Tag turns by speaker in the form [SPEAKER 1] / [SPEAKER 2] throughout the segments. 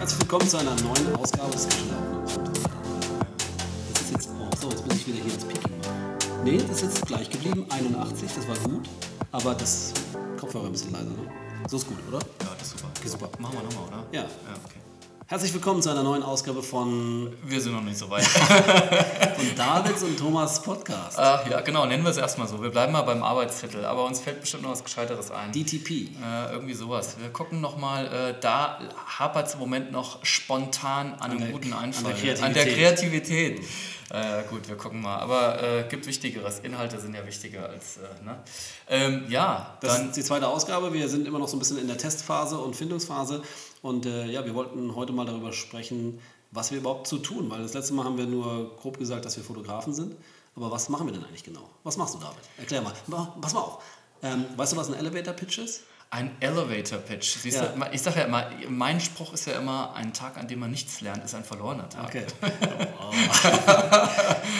[SPEAKER 1] Also willkommen zu einer neuen Ausgabe des Geschlafenen. Das ist jetzt. Oh, so, jetzt muss ich wieder hier ins Picking machen. Nee, das ist jetzt gleich geblieben. 81, das war gut. Aber das Kopfhörer ein bisschen leiser, ne? So ist gut, oder?
[SPEAKER 2] Ja, das ist super.
[SPEAKER 1] Okay, super.
[SPEAKER 2] Machen wir nochmal, oder?
[SPEAKER 1] Ja.
[SPEAKER 2] Ja, okay.
[SPEAKER 1] Herzlich willkommen zu einer neuen Ausgabe von,
[SPEAKER 2] Wir sind noch nicht so weit.
[SPEAKER 1] von Davids und Thomas Podcast.
[SPEAKER 2] Ach ja, genau, nennen wir es erstmal so. Wir bleiben mal beim Arbeitstitel, aber uns fällt bestimmt noch was Gescheiteres ein.
[SPEAKER 1] DTP.
[SPEAKER 2] äh, irgendwie sowas. Wir gucken nochmal, äh, da hapert es im Moment noch spontan an, einem
[SPEAKER 1] der-
[SPEAKER 2] guten
[SPEAKER 1] an
[SPEAKER 2] Einfall.
[SPEAKER 1] der
[SPEAKER 2] An der Kreativität. Äh, gut, wir gucken mal. Aber äh, gibt Wichtigeres. Inhalte sind ja wichtiger als, äh, ne? Ähm, ja,
[SPEAKER 1] Das
[SPEAKER 2] dann
[SPEAKER 1] ist die zweite Ausgabe. Wir sind immer noch so ein bisschen in der Testphase und Findungsphase. Und äh, ja, wir wollten heute mal darüber sprechen, was wir überhaupt zu tun. Weil das letzte Mal haben wir nur grob gesagt, dass wir Fotografen sind. Aber was machen wir denn eigentlich genau? Was machst du, David? Erklär mal. Ma- Pass mal auf. Ähm, weißt du, was ein Elevator-Pitch ist?
[SPEAKER 2] ein Elevator-Pitch. Siehst
[SPEAKER 1] Ja.
[SPEAKER 2] du, ma- Ich sage ja immer, mein Spruch ist ja immer, ein Tag, an dem man nichts lernt, ist ein verlorener Tag.
[SPEAKER 1] Okay.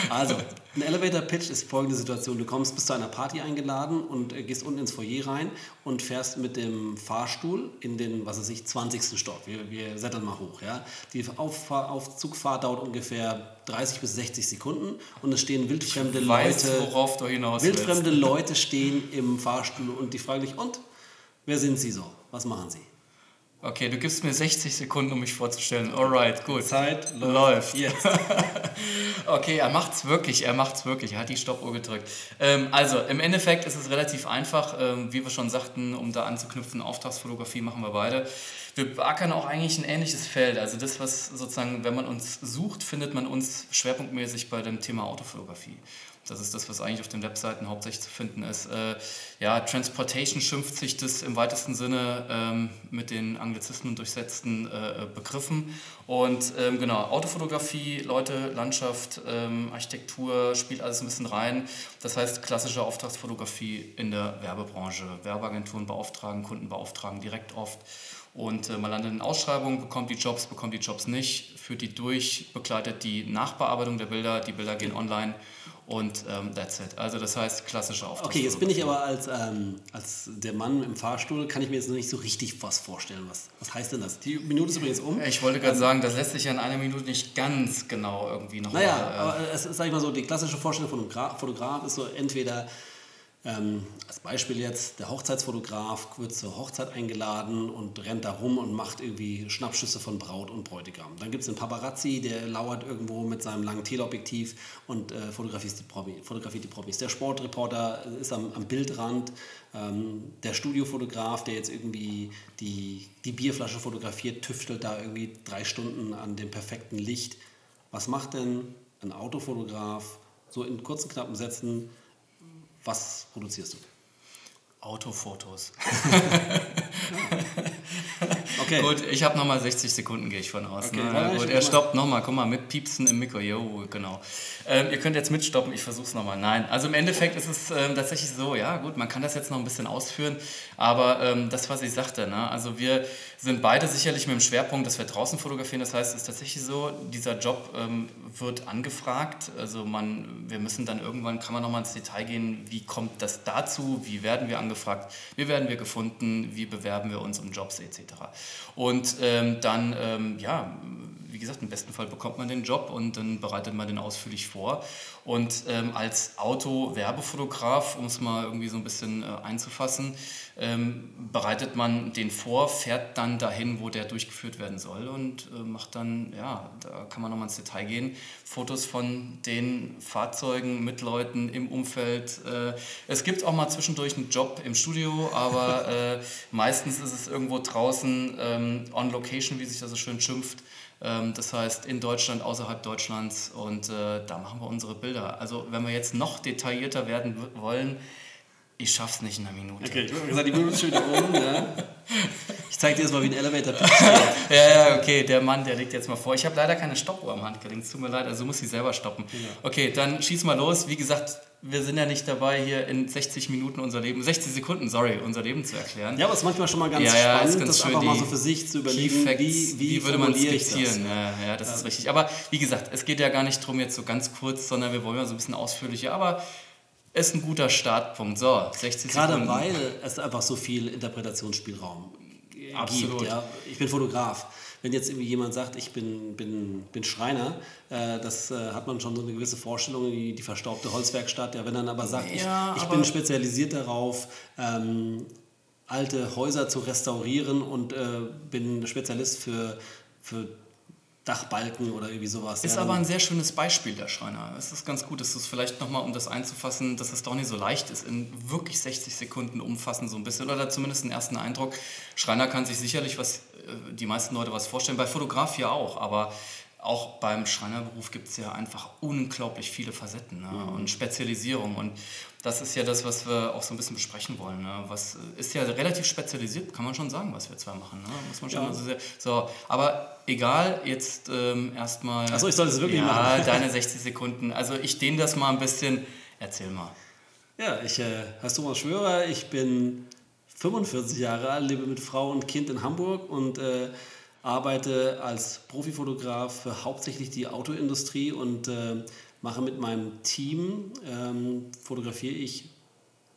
[SPEAKER 1] also, ein Elevator Pitch ist folgende Situation. Du kommst bis zu einer Party eingeladen und äh, gehst unten ins Foyer rein und fährst mit dem Fahrstuhl in den, was weiß ich, 20. Stock. Wir, wir setteln mal hoch. Ja? Die Auffahr Aufzugfahrt dauert ungefähr 30 bis 60 Sekunden und es stehen wildfremde
[SPEAKER 2] Weißt
[SPEAKER 1] Leute.
[SPEAKER 2] worauf du hinaus willst.
[SPEAKER 1] Wildfremde Leute stehen im Fahrstuhl und die fragen dich, und wer sind sie so? Was machen sie?
[SPEAKER 2] Okay, du gibst mir 60 Sekunden, um mich vorzustellen. Alright, gut.
[SPEAKER 1] Zeit
[SPEAKER 2] läuft.
[SPEAKER 1] Jetzt.
[SPEAKER 2] Okay, er macht's wirklich, er macht's wirklich. Er hat die Stoppuhr gedrückt. Ähm, also, im Endeffekt ist es relativ einfach. Ähm, wie wir schon sagten, um da anzuknüpfen, Auftragsfotografie machen wir beide. Wir beackern auch eigentlich ein ähnliches Feld. Also das, was sozusagen, wenn man uns sucht, findet man uns schwerpunktmäßig bei dem Thema Autofotografie. Das ist das, was eigentlich auf den Webseiten hauptsächlich zu finden ist. Äh, ja, Transportation schimpft sich das im weitesten Sinne ähm, mit den Anglizismen durchsetzten äh, Begriffen. Und ähm, genau, Autofotografie, Leute, Landschaft, ähm, Architektur spielt alles ein bisschen rein. Das heißt, klassische Auftragsfotografie in der Werbebranche. Werbeagenturen beauftragen, Kunden beauftragen direkt oft. Und äh, man landet in Ausschreibungen, bekommt die Jobs, bekommt die Jobs nicht, führt die durch, begleitet die Nachbearbeitung der Bilder, die Bilder gehen online und ähm, that's it. Also das heißt klassische
[SPEAKER 1] Okay,
[SPEAKER 2] Auftragsfotografie.
[SPEAKER 1] jetzt bin ich aber als, ähm, als der Mann im Fahrstuhl, kann ich mir jetzt noch nicht so richtig was vorstellen. Was, was heißt denn das? Die Minute ist übrigens um.
[SPEAKER 2] Ich wollte gerade sagen, das lässt sich ja in einer Minute nicht ganz genau irgendwie nochmal.
[SPEAKER 1] Naja,
[SPEAKER 2] äh,
[SPEAKER 1] aber es ist, sag ich mal so, die klassische Vorstellung von einem Gra Fotograf ist so entweder, ähm, als Beispiel jetzt, der Hochzeitsfotograf wird zur Hochzeit eingeladen und rennt da rum und macht irgendwie Schnappschüsse von Braut und Bräutigam. Dann gibt es den Paparazzi, der lauert irgendwo mit seinem langen Teleobjektiv und äh, fotografiert, die Promi, fotografiert die Promis. Der Sportreporter ist am, am Bildrand. Ähm, der Studiofotograf, der jetzt irgendwie die, die Bierflasche fotografiert, tüftelt da irgendwie drei Stunden an dem perfekten Licht. Was macht denn ein Autofotograf so in kurzen, knappen Sätzen? Was produzierst du?
[SPEAKER 2] Autofotos.
[SPEAKER 1] Okay,
[SPEAKER 2] Gut, ich habe nochmal 60 Sekunden, gehe ich von aus.
[SPEAKER 1] Okay,
[SPEAKER 2] ne?
[SPEAKER 1] ja,
[SPEAKER 2] Na
[SPEAKER 1] ja,
[SPEAKER 2] gut,
[SPEAKER 1] schon
[SPEAKER 2] er
[SPEAKER 1] mal.
[SPEAKER 2] stoppt nochmal, guck mal, mit Piepsen im Mikro, jo, genau. Ähm, ihr könnt jetzt mitstoppen, ich versuche es nochmal. Nein, also im Endeffekt ist es ähm, tatsächlich so, ja gut, man kann das jetzt noch ein bisschen ausführen, aber ähm, das, was ich sagte, ne? also wir sind beide sicherlich mit dem Schwerpunkt, dass wir draußen fotografieren, das heißt, es ist tatsächlich so, dieser Job ähm, wird angefragt, also man, wir müssen dann irgendwann, kann man nochmal ins Detail gehen, wie kommt das dazu, wie werden wir angefragt, wie werden wir gefunden, wie bewerben wir uns um Jobs etc. Und ähm, dann, ähm, ja, wie gesagt, im besten Fall bekommt man den Job und dann bereitet man den ausführlich vor. Und ähm, als Auto-Werbefotograf, um es mal irgendwie so ein bisschen äh, einzufassen, ähm, bereitet man den vor, fährt dann dahin, wo der durchgeführt werden soll und äh, macht dann, ja, da kann man nochmal ins Detail gehen, Fotos von den Fahrzeugen mit Leuten im Umfeld. Äh, es gibt auch mal zwischendurch einen Job im Studio, aber äh, meistens ist es irgendwo draußen ähm, on location, wie sich das so schön schimpft. Ähm, das heißt, in Deutschland, außerhalb Deutschlands und äh, da machen wir unsere Bilder. Also, wenn wir jetzt noch detaillierter werden w- wollen, ich schaff's nicht in einer Minute.
[SPEAKER 1] okay. ich habe gesagt, die Minute ist schon wieder um. Ja. Ich zeige dir jetzt mal, wie ein Elevator pitch.
[SPEAKER 2] Ja, ja, okay, der Mann, der legt jetzt mal vor. Ich habe leider keine Stoppuhr am Handgelenk, es tut mir leid, also muss ich selber stoppen. Okay, dann schieß mal los. Wie gesagt, wir sind ja nicht dabei, hier in 60 Minuten unser Leben, 60 Sekunden, sorry, unser Leben zu erklären.
[SPEAKER 1] Ja, aber es ist manchmal schon mal ganz
[SPEAKER 2] Ja, ja, ist
[SPEAKER 1] spannend,
[SPEAKER 2] ganz
[SPEAKER 1] das
[SPEAKER 2] schön,
[SPEAKER 1] einfach mal
[SPEAKER 2] die
[SPEAKER 1] so für sich zu
[SPEAKER 2] Key
[SPEAKER 1] überlegen,
[SPEAKER 2] Facts, wie,
[SPEAKER 1] wie, wie,
[SPEAKER 2] würde man
[SPEAKER 1] formuliere ich das?
[SPEAKER 2] skizzieren? Ja, ja, das ist richtig. Aber wie gesagt, es geht ja gar nicht drum jetzt so ganz kurz, sondern wir wollen ja so ein bisschen ausführlicher. Aber ist ein guter Startpunkt. So, 60
[SPEAKER 1] Gerade
[SPEAKER 2] Sekunden.
[SPEAKER 1] weil es einfach so viel Interpretationsspielraum
[SPEAKER 2] Absolut.
[SPEAKER 1] gibt. Ja? Ich bin Fotograf. wenn jetzt irgendwie jemand sagt, ich bin, bin, bin Schreiner, äh, das äh, hat man schon so eine gewisse Vorstellung, die, die verstaubte Holzwerkstatt. Ja, wenn dann aber sagt,
[SPEAKER 2] Ja,
[SPEAKER 1] ich, ich
[SPEAKER 2] aber-
[SPEAKER 1] bin spezialisiert darauf, ähm, alte Häuser zu restaurieren und äh, bin Spezialist für, für Dachbalken oder irgendwie sowas.
[SPEAKER 2] Ist
[SPEAKER 1] ja,
[SPEAKER 2] aber
[SPEAKER 1] dann-
[SPEAKER 2] ein sehr schönes Beispiel, der Schreiner. Es ist ganz gut, dass du es vielleicht nochmal, um das einzufassen, dass es doch nicht so leicht ist, in wirklich 60 Sekunden umfassen so ein bisschen oder zumindest einen ersten Eindruck. Schreiner kann sich sicherlich was, äh, die meisten Leute was vorstellen, bei Fotograf ja auch, aber auch beim Schreinerberuf gibt es ja einfach unglaublich viele Facetten ne?
[SPEAKER 1] Mhm.
[SPEAKER 2] und Spezialisierung und das ist ja das, was wir auch so ein bisschen besprechen wollen. Ne? Was äh, ist ja relativ spezialisiert, kann man schon sagen, was wir zwei machen. Ne? Muss man schon
[SPEAKER 1] Ja.
[SPEAKER 2] mal so, sehr, so, aber egal, jetzt ähm, erstmal
[SPEAKER 1] Ach so, ich soll das wirklich
[SPEAKER 2] ja,
[SPEAKER 1] machen.
[SPEAKER 2] deine 60 Sekunden. Also ich dehne das mal ein bisschen. Erzähl mal.
[SPEAKER 1] Ja, ich äh, heiße Thomas Schwörer, ich bin 45 Jahre alt, lebe mit Frau und Kind in Hamburg und äh, arbeite als Profifotograf für hauptsächlich die Autoindustrie und äh, mache mit meinem Team, ähm, fotografiere ich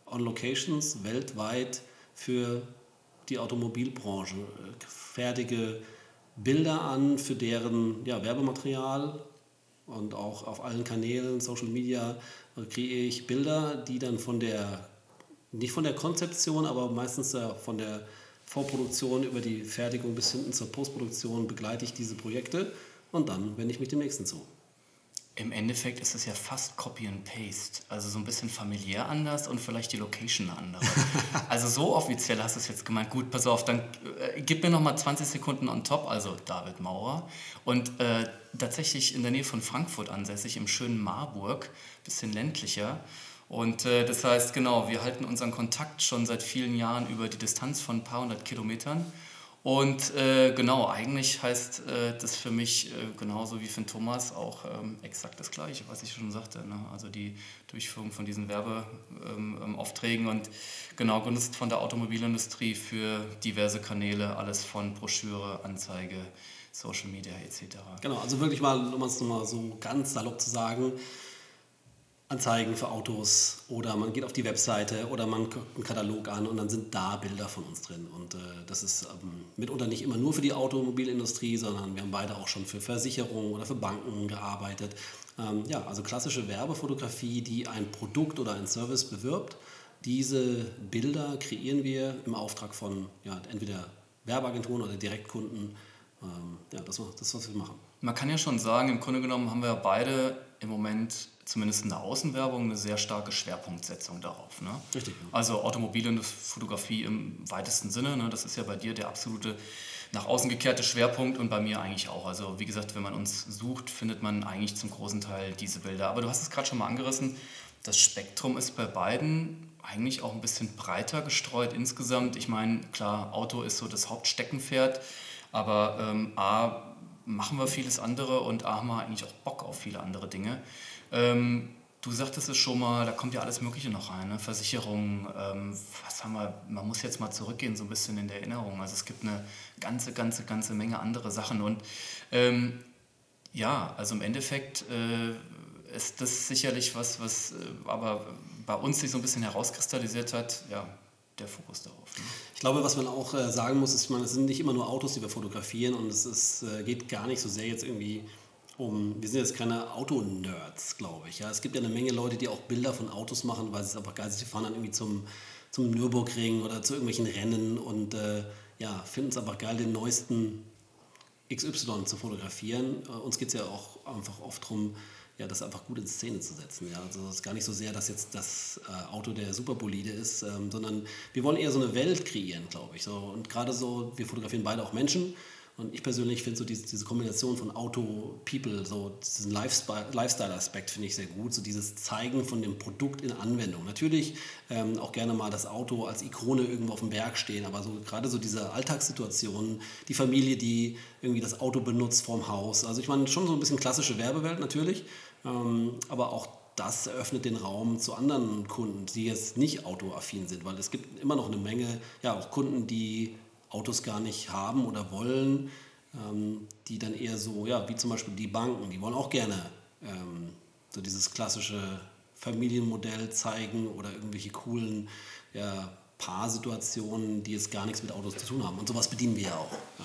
[SPEAKER 1] on Locations weltweit für die Automobilbranche. Äh, Fertige Bilder an für deren ja, Werbematerial und auch auf allen Kanälen, Social Media, äh, kriege ich Bilder, die dann von der, nicht von der Konzeption, aber meistens äh, von der Vorproduktion über die Fertigung bis hinten zur Postproduktion begleite ich diese Projekte und dann wende ich mich dem nächsten zu.
[SPEAKER 2] Im Endeffekt ist es ja fast Copy and Paste. Also so ein bisschen familiär anders und vielleicht die Location eine andere. also so offiziell hast du es jetzt gemeint. Gut, pass auf, dann äh, gib mir nochmal 20 Sekunden on top. Also David Maurer. Und äh, tatsächlich in der Nähe von Frankfurt ansässig, im schönen Marburg. Bisschen ländlicher. Und äh, das heißt, genau, wir halten unseren Kontakt schon seit vielen Jahren über die Distanz von ein paar hundert Kilometern. Und äh, genau, eigentlich heißt äh, das für mich äh, genauso wie für den Thomas auch ähm, exakt das Gleiche, was ich schon sagte. Ne? Also die Durchführung von diesen Werbeaufträgen ähm, ähm, Aufträgen und genau genutzt von der Automobilindustrie für diverse Kanäle, alles von Broschüre, Anzeige, Social Media etc.
[SPEAKER 1] Genau, also wirklich mal, um es nochmal so ganz salopp zu sagen, Anzeigen für Autos oder man geht auf die Webseite oder man guckt einen Katalog an und dann sind da Bilder von uns drin. Und äh, das ist ähm, mitunter nicht immer nur für die Automobilindustrie, sondern wir haben beide auch schon für Versicherungen oder für Banken gearbeitet. Ähm, ja, also klassische Werbefotografie, die ein Produkt oder ein Service bewirbt. Diese Bilder kreieren wir im Auftrag von ja, entweder Werbeagenturen oder Direktkunden. Ähm, ja, das ist das, was wir machen.
[SPEAKER 2] Man kann ja schon sagen, im Grunde genommen haben wir beide im Moment zumindest in der Außenwerbung eine sehr starke Schwerpunktsetzung darauf. Ne?
[SPEAKER 1] Richtig, ja.
[SPEAKER 2] Also Automobil und Fotografie im weitesten Sinne. Ne? Das ist ja bei dir der absolute nach außen gekehrte Schwerpunkt und bei mir eigentlich auch. Also wie gesagt, wenn man uns sucht, findet man eigentlich zum großen Teil diese Bilder. Aber du hast es gerade schon mal angerissen. Das Spektrum ist bei beiden eigentlich auch ein bisschen breiter gestreut insgesamt. Ich meine, klar, Auto ist so das Hauptsteckenpferd, aber ähm, A, machen wir vieles andere und A, haben wir eigentlich auch Bock auf viele andere Dinge. Ähm, du sagtest es schon mal, da kommt ja alles Mögliche noch rein, ne? Versicherungen, ähm, was haben wir, man muss jetzt mal zurückgehen so ein bisschen in der Erinnerung. Also es gibt eine ganze, ganze, ganze Menge andere Sachen und ähm, ja, also im Endeffekt äh, ist das sicherlich was, was äh, aber bei uns sich so ein bisschen herauskristallisiert hat, ja, der Fokus darauf. Ne?
[SPEAKER 1] Ich glaube, was man auch äh, sagen muss, ist, ich meine, es sind nicht immer nur Autos, die wir fotografieren und es ist, äh, geht gar nicht so sehr jetzt irgendwie um, wir sind jetzt keine Autonerds, glaube ich. Ja? Es gibt ja eine Menge Leute, die auch Bilder von Autos machen, weil sie es einfach geil sind. Die fahren dann irgendwie zum, zum Nürburgring oder zu irgendwelchen Rennen und äh, ja, finden es einfach geil, den neuesten XY zu fotografieren. Äh, uns geht es ja auch einfach oft darum, ja, das einfach gut in Szene zu setzen. Ja? Also es ist gar nicht so sehr, dass jetzt das äh, Auto der Superbolide ist, ähm, sondern wir wollen eher so eine Welt kreieren, glaube ich. So. Und gerade so, wir fotografieren beide auch Menschen. Und ich persönlich finde so diese, diese Kombination von Auto, People, so diesen Lifespa- Lifestyle-Aspekt finde ich sehr gut. So dieses Zeigen von dem Produkt in Anwendung. Natürlich ähm, auch gerne mal das Auto als Ikone irgendwo auf dem Berg stehen, aber so gerade so diese Alltagssituationen, die Familie, die irgendwie das Auto benutzt vorm Haus. Also ich meine, schon so ein bisschen klassische Werbewelt natürlich, ähm, aber auch das eröffnet den Raum zu anderen Kunden, die jetzt nicht autoaffin sind, weil es gibt immer noch eine Menge, ja, auch Kunden, die Autos gar nicht haben oder wollen, ähm, die dann eher so, ja, wie zum Beispiel die Banken, die wollen auch gerne ähm, so dieses klassische Familienmodell zeigen oder irgendwelche coolen ja, Paarsituationen, die jetzt gar nichts mit Autos zu tun haben. Und sowas bedienen wir ja auch. Ja.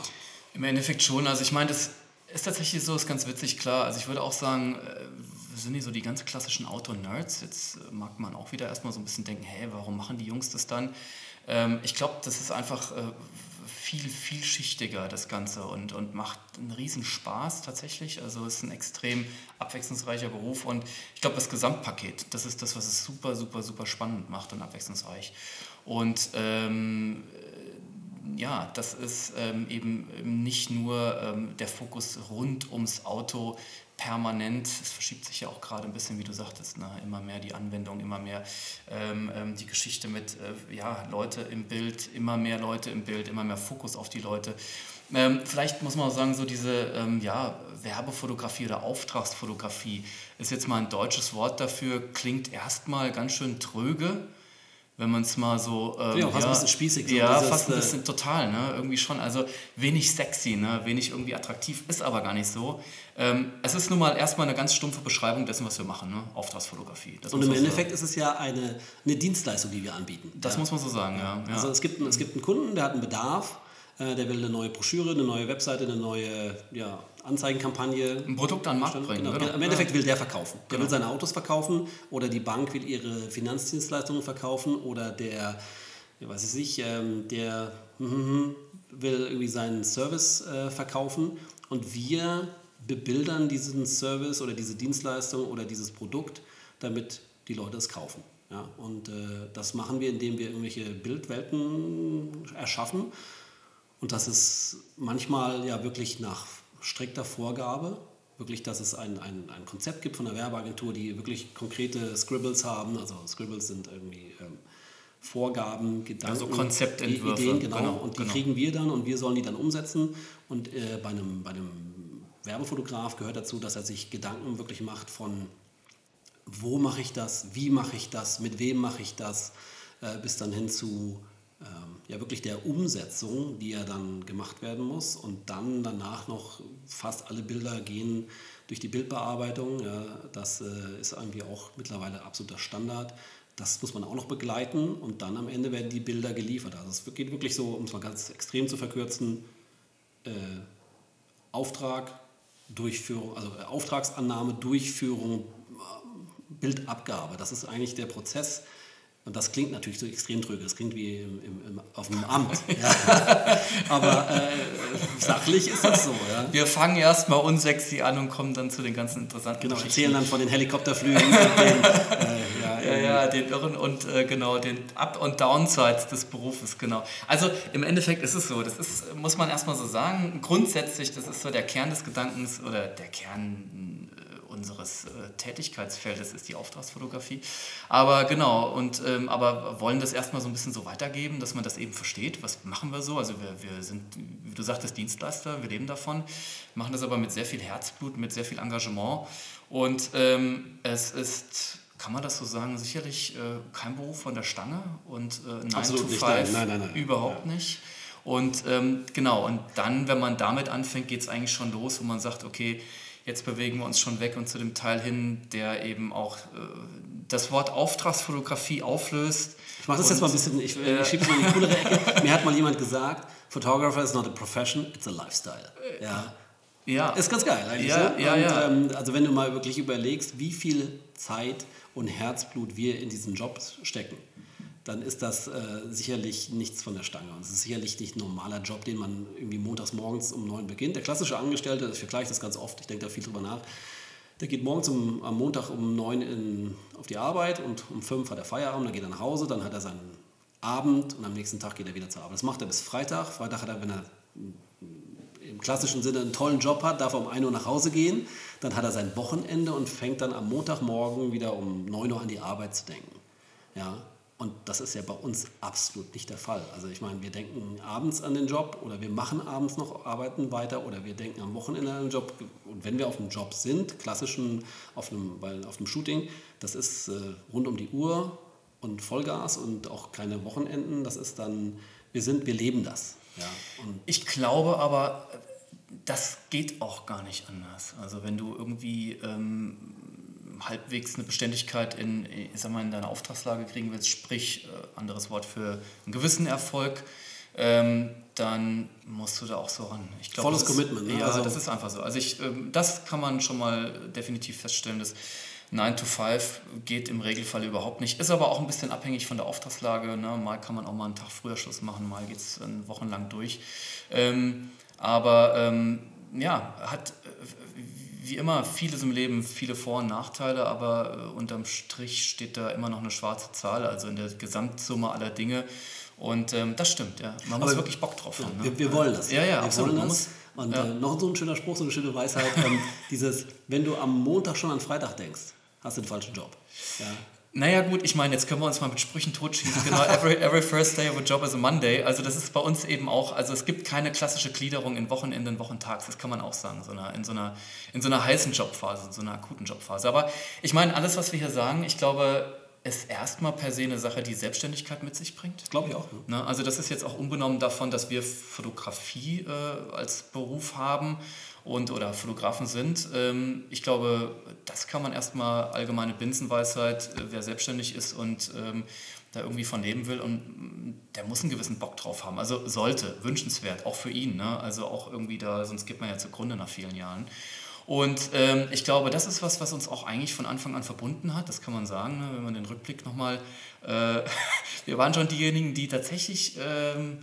[SPEAKER 2] Im Endeffekt schon. Also ich meine, das ist tatsächlich so, ist ganz witzig, klar. Also ich würde auch sagen, äh, sind die so die ganz klassischen Auto-Nerds? Jetzt äh, mag man auch wieder erstmal so ein bisschen denken, hey, warum machen die Jungs das dann? Ähm, ich glaube, das ist einfach äh, viel, vielschichtiger, das Ganze, und, und macht einen riesen Spaß tatsächlich. Also es ist ein extrem abwechslungsreicher Beruf und ich glaube, das Gesamtpaket, das ist das, was es super, super, super spannend macht und abwechslungsreich. Und ähm, ja, das ist ähm, eben nicht nur ähm, der Fokus rund ums Auto permanent. Es verschiebt sich ja auch gerade ein bisschen, wie du sagtest, ne? immer mehr die Anwendung, immer mehr ähm, die Geschichte mit äh, ja, Leute im Bild, immer mehr Leute im Bild, immer mehr Fokus auf die Leute. Ähm, vielleicht muss man auch sagen, so diese ähm, ja, Werbefotografie oder Auftragsfotografie ist jetzt mal ein deutsches Wort dafür, klingt erstmal ganz schön tröge wenn man es mal so.
[SPEAKER 1] Ähm, ja, fast ja, ein bisschen spießig. So äh,
[SPEAKER 2] ja, dieses, fast ein bisschen total, ne? Irgendwie schon. Also wenig sexy, ne? Wenig irgendwie attraktiv, ist aber gar nicht so. Ähm, es ist nun mal erstmal eine ganz stumpfe Beschreibung dessen, was wir machen, ne? Auftragsfotografie.
[SPEAKER 1] Das und im Endeffekt sagen. ist es ja eine, eine Dienstleistung, die wir anbieten.
[SPEAKER 2] Das ja. muss man so sagen, ja. ja.
[SPEAKER 1] Also es gibt, einen, es gibt einen Kunden, der hat einen Bedarf, äh, der will eine neue Broschüre, eine neue Webseite, eine neue, ja, Anzeigenkampagne.
[SPEAKER 2] Ein Produkt an den Markt bringen.
[SPEAKER 1] Genau. Genau. Im Endeffekt will der verkaufen. Der genau. will seine Autos verkaufen oder die Bank will ihre Finanzdienstleistungen verkaufen oder der, weiß ich nicht, ähm, der hm, will irgendwie seinen Service äh, verkaufen und wir bebildern diesen Service oder diese Dienstleistung oder dieses Produkt, damit die Leute es kaufen. Ja, und äh, das machen wir, indem wir irgendwelche Bildwelten erschaffen. Und das ist manchmal ja wirklich nach strikter Vorgabe, wirklich, dass es ein, ein, ein Konzept gibt von der Werbeagentur, die wirklich konkrete Scribbles haben. Also Scribbles sind irgendwie ähm, Vorgaben, Gedanken,
[SPEAKER 2] also Konzeptentwürfe,
[SPEAKER 1] Ideen, genau. genau und die genau. kriegen wir dann und wir sollen die dann umsetzen. Und äh, bei, einem, bei einem Werbefotograf gehört dazu, dass er sich Gedanken wirklich macht von, wo mache ich das, wie mache ich das, mit wem mache ich das, äh, bis dann hin zu ähm, ja wirklich der Umsetzung, die ja dann gemacht werden muss. Und dann danach noch fast alle Bilder gehen durch die Bildbearbeitung. Ja, das äh, ist irgendwie auch mittlerweile absoluter Standard. Das muss man auch noch begleiten und dann am Ende werden die Bilder geliefert. Also es geht wirklich so, um es mal ganz extrem zu verkürzen, äh, Auftrag, Durchführung, also äh, Auftragsannahme, Durchführung, äh, Bildabgabe. Das ist eigentlich der Prozess, und das klingt natürlich so extrem tröge, das klingt wie im, im, auf einem Amt. Ja. Aber äh, sachlich ist das so. Ja.
[SPEAKER 2] Wir fangen erstmal unsexy an und kommen dann zu den ganzen interessanten
[SPEAKER 1] Genau, erzählen dann von den Helikopterflügen und den,
[SPEAKER 2] äh, ja, ja, ja, den Irren und äh, genau, den Up- und Downsides des Berufes, genau. Also im Endeffekt ist es so, das ist, muss man erstmal so sagen, grundsätzlich, das ist so der Kern des Gedankens oder der Kern unseres äh, Tätigkeitsfeldes ist die Auftragsfotografie. Aber genau, und ähm, aber wollen das erstmal so ein bisschen so weitergeben, dass man das eben versteht. Was machen wir so? Also wir, wir sind, wie du sagtest, Dienstleister, wir leben davon, machen das aber mit sehr viel Herzblut, mit sehr viel Engagement. Und ähm, es ist kann man das so sagen? Sicherlich äh, kein Beruf von der Stange und äh, 9 Absolut to 5 nein. Nein, nein, nein. überhaupt ja. nicht. Und ähm, genau, und dann, wenn man damit anfängt, geht es eigentlich schon los, wo man sagt, okay, jetzt bewegen wir uns schon weg und zu dem Teil hin, der eben auch äh, das Wort Auftragsfotografie auflöst.
[SPEAKER 1] Ich mache das jetzt mal ein bisschen, ich, äh, ich schiebe es mal in die coolere Ecke. Mir hat mal jemand gesagt, Photographer is not a profession, it's a lifestyle. Ja.
[SPEAKER 2] ja.
[SPEAKER 1] Ist ganz geil eigentlich.
[SPEAKER 2] Ja,
[SPEAKER 1] so.
[SPEAKER 2] ja,
[SPEAKER 1] und,
[SPEAKER 2] ja.
[SPEAKER 1] Ähm, also wenn du mal wirklich überlegst, wie viel Zeit und Herzblut wir in diesen Job stecken, dann ist das äh, sicherlich nichts von der Stange. Und es ist sicherlich nicht ein normaler Job, den man irgendwie montags morgens um neun beginnt. Der klassische Angestellte, ich vergleiche das ganz oft, ich denke da viel drüber nach, der geht morgens um, am Montag um neun in, auf die Arbeit und um fünf hat er Feierabend, dann geht er nach Hause, dann hat er seinen Abend und am nächsten Tag geht er wieder zur Arbeit. Das macht er bis Freitag. Freitag hat er, wenn er im klassischen Sinne einen tollen Job hat, darf er um 1 Uhr nach Hause gehen, dann hat er sein Wochenende und fängt dann am Montagmorgen wieder um 9 Uhr an die Arbeit zu denken. Ja, und das ist ja bei uns absolut nicht der Fall. Also ich meine, wir denken abends an den Job oder wir machen abends noch Arbeiten weiter oder wir denken am Wochenende an den Job. Und wenn wir auf dem Job sind, klassischen auf einem, weil auf dem Shooting, das ist äh, rund um die Uhr und Vollgas und auch keine Wochenenden. Das ist dann, wir sind, wir leben das. Ja.
[SPEAKER 2] ich glaube aber, äh, das geht auch gar nicht anders. Also wenn du irgendwie ähm halbwegs eine Beständigkeit in, ich sag mal, in deiner Auftragslage kriegen willst, sprich, äh, anderes Wort für einen gewissen Erfolg, ähm, dann musst du da auch so ran. Ich glaub,
[SPEAKER 1] Volles
[SPEAKER 2] das ist-
[SPEAKER 1] Commitment, ne?
[SPEAKER 2] Ja,
[SPEAKER 1] Also-
[SPEAKER 2] das ist einfach so. Also ich, ähm, das kann man schon mal definitiv feststellen, dass 9 to 5 geht im Regelfall überhaupt nicht. Ist aber auch ein bisschen abhängig von der Auftragslage. Ne? Mal kann man auch mal einen Tag früher Schluss machen, mal geht es wochenlang durch. Ähm, aber ähm, ja, hat äh, wie immer vieles im Leben, viele Vor- und Nachteile, aber äh, unterm Strich steht da immer noch eine schwarze Zahl, also in der Gesamtsumme aller Dinge. Und ähm, das stimmt, ja. Man muss
[SPEAKER 1] Aber-
[SPEAKER 2] wirklich Bock drauf haben. ne?
[SPEAKER 1] Wir, wir wollen das.
[SPEAKER 2] Ja, ja,
[SPEAKER 1] wir
[SPEAKER 2] absolut.
[SPEAKER 1] Wollen
[SPEAKER 2] Man
[SPEAKER 1] das.
[SPEAKER 2] muss-
[SPEAKER 1] und
[SPEAKER 2] ja.
[SPEAKER 1] äh, noch so ein schöner Spruch, so eine schöne Weisheit. Ähm, dieses, wenn du am Montag schon an Freitag denkst, hast du den falschen Job. Ja.
[SPEAKER 2] Naja gut, ich meine, jetzt können wir uns mal mit Sprüchen totschießen. Genau, every, every first day of a job is a Monday. Also das ist bei uns eben auch, also es gibt keine klassische Gliederung in Wochenenden, Wochentags. Das kann man auch sagen, so einer, in, so einer, in so einer heißen Jobphase, in so einer akuten Jobphase. Aber ich meine, alles, was wir hier sagen, ich glaube, ist erstmal per se eine Sache, die Selbstständigkeit mit sich bringt.
[SPEAKER 1] Glaube ich auch. Ne?
[SPEAKER 2] Ne? Also das ist jetzt auch unbenommen davon, dass wir Fotografie äh, als Beruf haben und oder Fotografen sind. Ähm, ich glaube, das kann man erstmal allgemeine Binsenweisheit, äh, wer selbstständig ist und ähm, da irgendwie von leben will und mm, der muss einen gewissen Bock drauf haben. Also sollte, wünschenswert, auch für ihn. Ne? Also auch irgendwie da, sonst geht man ja zugrunde nach vielen Jahren. Und ähm, ich glaube, das ist was, was uns auch eigentlich von Anfang an verbunden hat, das kann man sagen, ne? wenn man den Rückblick nochmal, äh, wir waren schon diejenigen, die tatsächlich ähm,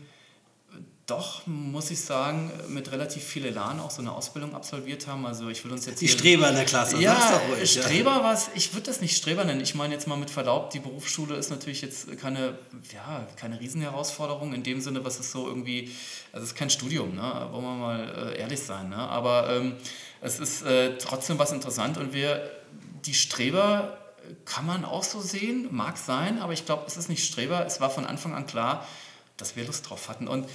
[SPEAKER 2] doch, muss ich sagen, mit relativ viel Elan auch so eine Ausbildung absolviert haben. Also ich will uns jetzt
[SPEAKER 1] Die
[SPEAKER 2] hier-
[SPEAKER 1] Streber in der Klasse. sag's
[SPEAKER 2] ja,
[SPEAKER 1] doch ruhig,
[SPEAKER 2] Streber was, ich würde das nicht Streber nennen. Ich meine jetzt mal mit Verlaub, die Berufsschule ist natürlich jetzt keine, ja, keine Riesenherausforderung in dem Sinne, was es so irgendwie, also es ist kein Studium, ne? wollen wir mal äh, ehrlich sein. Ne? Aber ähm, es ist äh, trotzdem was interessant und wir, die Streber kann man auch so sehen, mag sein, aber ich glaube, es ist nicht Streber. Es war von Anfang an klar, dass wir Lust drauf hatten. Und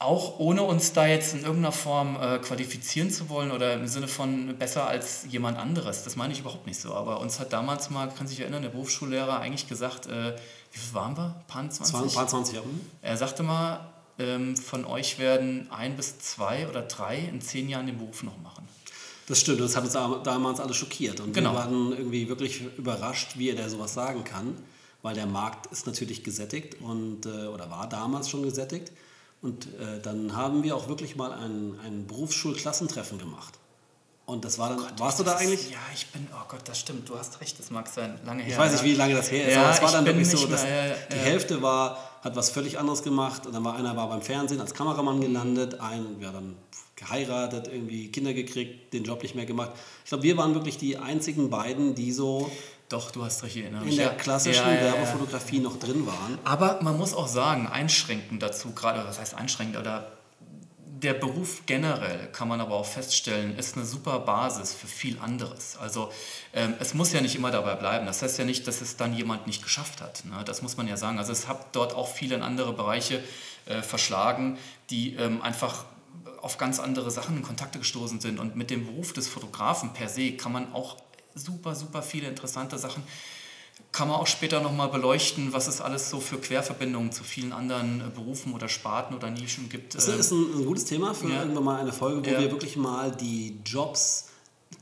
[SPEAKER 2] auch ohne uns da jetzt in irgendeiner Form äh, qualifizieren zu wollen oder im Sinne von besser als jemand anderes, das meine ich überhaupt nicht so. Aber uns hat damals mal, kann sich erinnern, der Berufsschullehrer eigentlich gesagt, äh, wie viel waren wir? Pan 20?
[SPEAKER 1] Ja. Hm. Ein paar 20 Jahre.
[SPEAKER 2] Er sagte mal, ähm, von euch werden ein bis zwei oder drei in zehn Jahren den Beruf noch machen.
[SPEAKER 1] Das stimmt, das hat uns da- damals alle schockiert. Und
[SPEAKER 2] Genau.
[SPEAKER 1] wir waren irgendwie wirklich überrascht, wie er da sowas sagen kann, weil der Markt ist natürlich gesättigt und, äh, oder war damals schon gesättigt. Und äh, dann haben wir auch wirklich mal ein, ein Berufsschulklassentreffen gemacht. Und das war dann, warst du da
[SPEAKER 2] Oh Das ist-
[SPEAKER 1] eigentlich?
[SPEAKER 2] Ja, ich bin, oh Gott, das stimmt, du hast recht, das mag sein, lange her.
[SPEAKER 1] Ich
[SPEAKER 2] ja.
[SPEAKER 1] weiß nicht, wie lange das her ist,
[SPEAKER 2] Ja,
[SPEAKER 1] aber es war
[SPEAKER 2] ich
[SPEAKER 1] dann
[SPEAKER 2] bin
[SPEAKER 1] wirklich
[SPEAKER 2] nicht
[SPEAKER 1] so, dass
[SPEAKER 2] mehr, ja, ja,
[SPEAKER 1] die
[SPEAKER 2] ja.
[SPEAKER 1] Hälfte war, hat was völlig anderes gemacht und dann war einer war beim Fernsehen als Kameramann gelandet, ein, ja dann geheiratet, irgendwie Kinder gekriegt, den Job nicht mehr gemacht. Ich glaube, wir waren wirklich die einzigen beiden, die so
[SPEAKER 2] Doch, du hast recht, ich erinnere mich.
[SPEAKER 1] in der
[SPEAKER 2] Ja.
[SPEAKER 1] klassischen
[SPEAKER 2] Ja, ja, ja.
[SPEAKER 1] Werbefotografie noch drin waren.
[SPEAKER 2] Aber man muss auch sagen, einschränkend dazu, gerade was heißt einschränkend oder der Beruf generell, kann man aber auch feststellen, ist eine super Basis für viel anderes. Also ähm, es muss ja nicht immer dabei bleiben. Das heißt ja nicht, dass es dann jemand nicht geschafft hat. Ne? Das muss man ja sagen. Also es hat dort auch viele in andere Bereiche äh, verschlagen, die ähm, einfach auf ganz andere Sachen in Kontakte gestoßen sind. Und mit dem Beruf des Fotografen per se kann man auch super, super viele interessante Sachen kann man auch später nochmal beleuchten, was es alles so für Querverbindungen zu vielen anderen äh, Berufen oder Sparten oder Nischen gibt.
[SPEAKER 1] Das ist ein, ein gutes Thema für
[SPEAKER 2] Ähm. ja.
[SPEAKER 1] irgendwann mal eine Folge, wo
[SPEAKER 2] Ja.
[SPEAKER 1] wir wirklich mal die Jobs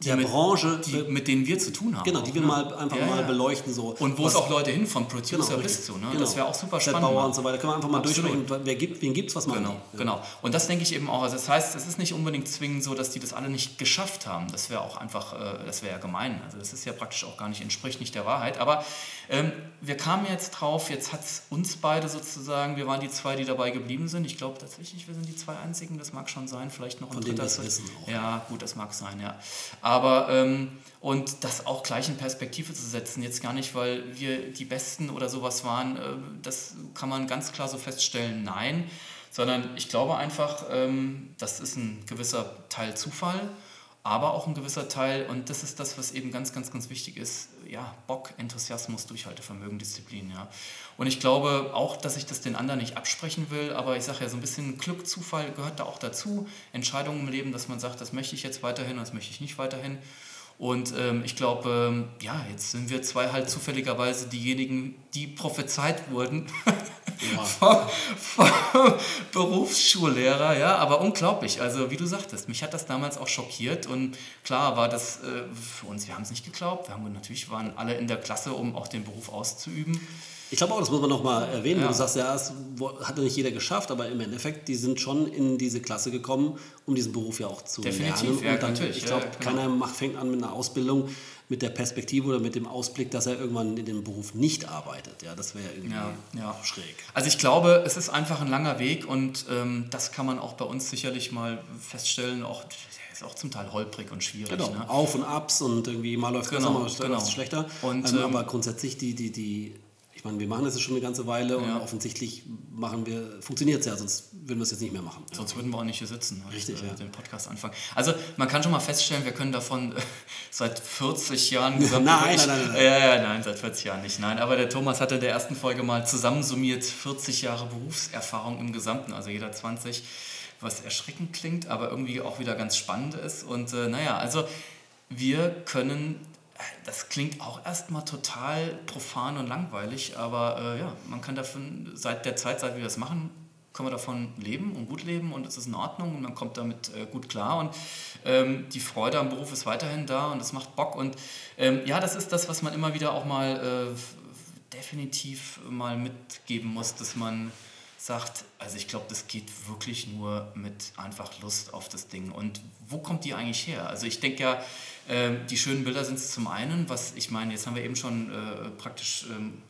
[SPEAKER 2] die
[SPEAKER 1] der
[SPEAKER 2] mit-
[SPEAKER 1] Branche,
[SPEAKER 2] die, mit denen wir zu tun haben.
[SPEAKER 1] genau, die wir
[SPEAKER 2] ne?
[SPEAKER 1] mal einfach
[SPEAKER 2] Ja,
[SPEAKER 1] mal
[SPEAKER 2] ja.
[SPEAKER 1] beleuchten. So.
[SPEAKER 2] Und wo
[SPEAKER 1] Was-
[SPEAKER 2] es auch Leute hin, vom Producer
[SPEAKER 1] genau, richtig.
[SPEAKER 2] bis zu. Ne?
[SPEAKER 1] Genau.
[SPEAKER 2] Das wäre auch super
[SPEAKER 1] Setbauer
[SPEAKER 2] spannend.
[SPEAKER 1] und so weiter. Können wir einfach mal
[SPEAKER 2] Absolut.
[SPEAKER 1] durchsprechen, wer gibt, wen gibt es, was man
[SPEAKER 2] Genau, genau. Und das denke ich eben auch. Also das heißt, es ist nicht unbedingt zwingend so, dass die das alle nicht geschafft haben. Das wäre auch einfach, äh, das wäre ja gemein. Also das ist ja praktisch auch gar nicht, entspricht nicht der Wahrheit. Aber ähm, wir kamen jetzt drauf, jetzt hat es uns beide sozusagen, wir waren die zwei, die dabei geblieben sind. Ich glaube tatsächlich, wir sind die zwei einzigen, das mag schon sein, vielleicht noch ein
[SPEAKER 1] Von denen
[SPEAKER 2] dritter.
[SPEAKER 1] wir es wissen auch.
[SPEAKER 2] Ja, gut, das mag sein, ja. Aber ähm, und das auch gleich in Perspektive zu setzen, jetzt gar nicht, weil wir die Besten oder sowas waren, äh, das kann man ganz klar so feststellen, nein, sondern ich glaube einfach, ähm, das ist ein gewisser Teil Zufall, aber auch ein gewisser Teil, und das ist das, was eben ganz, ganz, ganz wichtig ist, ja, Bock, Enthusiasmus, Durchhaltevermögen, Disziplin, ja. Und ich glaube auch, dass ich das den anderen nicht absprechen will, aber ich sage ja, so ein bisschen Glück, Zufall gehört da auch dazu. Entscheidungen im Leben, dass man sagt, das möchte ich jetzt weiterhin, das möchte ich nicht weiterhin. Und ähm, ich glaube, ähm, ja, jetzt sind wir zwei halt zufälligerweise diejenigen, die prophezeit wurden
[SPEAKER 1] Ja.
[SPEAKER 2] vom, vom Berufsschullehrer, ja, aber unglaublich. Also wie du sagtest, mich hat das damals auch schockiert und klar war das äh, für uns, wir haben es nicht geglaubt. Wir haben natürlich waren alle in der Klasse, um auch den Beruf auszuüben.
[SPEAKER 1] Ich glaube auch, das muss man nochmal erwähnen.
[SPEAKER 2] Ja.
[SPEAKER 1] Du sagst ja, es wo- hat ja nicht jeder geschafft, aber im Endeffekt, die sind schon in diese Klasse gekommen, um diesen Beruf ja auch zu
[SPEAKER 2] Definitiv,
[SPEAKER 1] lernen.
[SPEAKER 2] ja,
[SPEAKER 1] und dann,
[SPEAKER 2] natürlich,
[SPEAKER 1] ich
[SPEAKER 2] ja,
[SPEAKER 1] glaube,
[SPEAKER 2] ja, genau.
[SPEAKER 1] keiner macht, fängt an mit einer Ausbildung mit der Perspektive oder mit dem Ausblick, dass er irgendwann in dem Beruf nicht arbeitet. Ja, das wäre ja irgendwie
[SPEAKER 2] Ja, ja.
[SPEAKER 1] schräg.
[SPEAKER 2] Also ich glaube, es ist einfach ein langer Weg und ähm, das kann man auch bei uns sicherlich mal feststellen. Auch der ist auch zum Teil holprig und schwierig.
[SPEAKER 1] Genau,
[SPEAKER 2] Ne?
[SPEAKER 1] auf und abs und irgendwie mal läuft es
[SPEAKER 2] Genau,
[SPEAKER 1] besser, mal läuft
[SPEAKER 2] genau.
[SPEAKER 1] es schlechter.
[SPEAKER 2] Und,
[SPEAKER 1] ähm,
[SPEAKER 2] ähm,
[SPEAKER 1] aber grundsätzlich die, die, die, ich meine, wir machen das jetzt schon eine ganze Weile und
[SPEAKER 2] Ja.
[SPEAKER 1] offensichtlich machen wir, funktioniert es ja, sonst würden wir es jetzt nicht mehr machen.
[SPEAKER 2] Sonst würden wir auch nicht hier sitzen und
[SPEAKER 1] Richtig,
[SPEAKER 2] äh,
[SPEAKER 1] ja.
[SPEAKER 2] den Podcast anfangen. Also man kann schon mal feststellen, wir können davon äh, seit 40 Jahren
[SPEAKER 1] Nein, nein, nein, nein, nein.
[SPEAKER 2] Ja, ja, nein, seit 40 Jahren nicht. Nein, aber der Thomas hatte in der ersten Folge mal zusammensummiert 40 Jahre Berufserfahrung im Gesamten, also jeder 20, was erschreckend klingt, aber irgendwie auch wieder ganz spannend ist. Und äh, naja, also wir können, äh, das klingt auch erstmal total profan und langweilig, aber äh, ja, man kann davon, seit der Zeit, seit wir das machen, können wir davon leben und gut leben und es ist in Ordnung und man kommt damit äh, gut klar und ähm, die Freude am Beruf ist weiterhin da und es macht Bock und ähm, ja, das ist das, was man immer wieder auch mal äh, f- definitiv mal mitgeben muss, dass man sagt, also ich glaube, das geht wirklich nur mit einfach Lust auf das Ding. Und wo kommt die eigentlich her? Also ich denke ja, ähm, die schönen Bilder sind es zum einen, was ich meine, jetzt haben wir eben schon äh, praktisch ähm,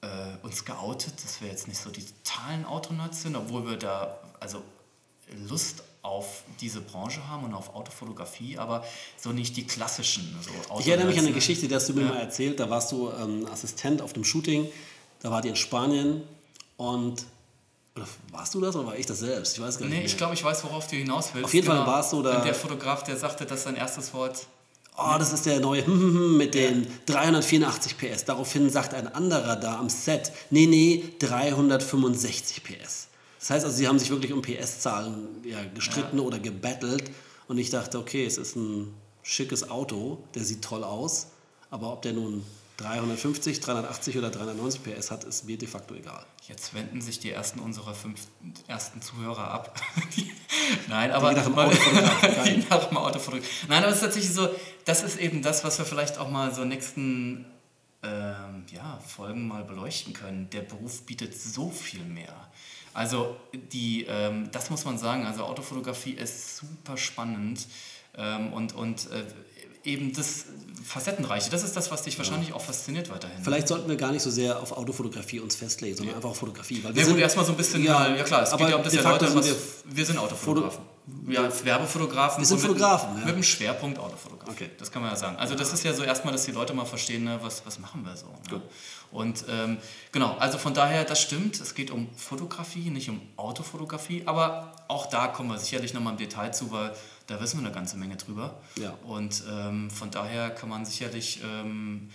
[SPEAKER 2] äh, uns geoutet, dass wir jetzt nicht so die totalen Autonauts sind, obwohl wir da also Lust auf diese Branche haben und auf Autofotografie, aber so nicht die klassischen. So
[SPEAKER 1] Ich erinnere mich an
[SPEAKER 2] Autonauts,
[SPEAKER 1] eine
[SPEAKER 2] ne?
[SPEAKER 1] Geschichte, die hast du mir
[SPEAKER 2] Ja.
[SPEAKER 1] mal erzählt. Da warst du ähm, Assistent auf dem Shooting. Da wart ihr in Spanien und. Oder warst du das oder war ich das selbst? Ich weiß gar nicht.
[SPEAKER 2] Nee,
[SPEAKER 1] mehr.
[SPEAKER 2] ich glaube, ich weiß, worauf du hinaus willst. Genau.
[SPEAKER 1] Auf jeden Fall warst du da-
[SPEAKER 2] Und der Fotograf, der sagte, dass sein erstes Wort.
[SPEAKER 1] Oh, das ist der neue hm, mit den 384 PS. Daraufhin sagt ein anderer da am Set, nee, nee, 365 PS. Das heißt also, sie haben sich wirklich um PS-Zahlen ja, gestritten oder gebettelt. Und ich dachte, okay, es ist ein schickes Auto, der sieht toll aus, aber ob der nun 350, 380 oder 390 PS hat, ist mir de facto egal.
[SPEAKER 2] Jetzt wenden sich die ersten unserer fünf ersten Zuhörer ab. Nein, aber
[SPEAKER 1] nach dem Autofotograf, geil.
[SPEAKER 2] die nach dem Autofotograf. Nein, aber es ist tatsächlich so, das ist eben das, was wir vielleicht auch mal so nächsten ähm, ja, Folgen mal beleuchten können. Der Beruf bietet so viel mehr. Also die, ähm, das muss man sagen, also Autofotografie ist super spannend ähm, und, und äh, eben das Facettenreiche, das ist das, was dich wahrscheinlich auch fasziniert weiterhin.
[SPEAKER 1] Vielleicht sollten wir gar nicht so sehr auf Autofotografie uns festlegen, sondern einfach auf Fotografie. Weil
[SPEAKER 2] Ja gut, erstmal so ein bisschen, ja, mal, ja klar, es
[SPEAKER 1] aber
[SPEAKER 2] geht ja um das
[SPEAKER 1] de
[SPEAKER 2] ja
[SPEAKER 1] facto
[SPEAKER 2] Leute,
[SPEAKER 1] sind
[SPEAKER 2] was,
[SPEAKER 1] wir
[SPEAKER 2] wir sind Autofotografen. ja, Werbefotografen.
[SPEAKER 1] Wir sind
[SPEAKER 2] und
[SPEAKER 1] Fotografen,
[SPEAKER 2] Mit,
[SPEAKER 1] ja.
[SPEAKER 2] mit dem Schwerpunkt Autofotografen.
[SPEAKER 1] Okay.
[SPEAKER 2] Das kann man ja sagen. Also das ist ja so erstmal, dass die Leute mal verstehen, ne, was, was machen wir so. Ne? Und ähm, genau, also von daher, das stimmt, es geht um Fotografie, nicht um Autofotografie, aber auch da kommen wir sicherlich nochmal im Detail zu, weil da wissen wir eine ganze Menge drüber.
[SPEAKER 1] Ja.
[SPEAKER 2] Und ähm, von daher kann man sicherlich... Ähm,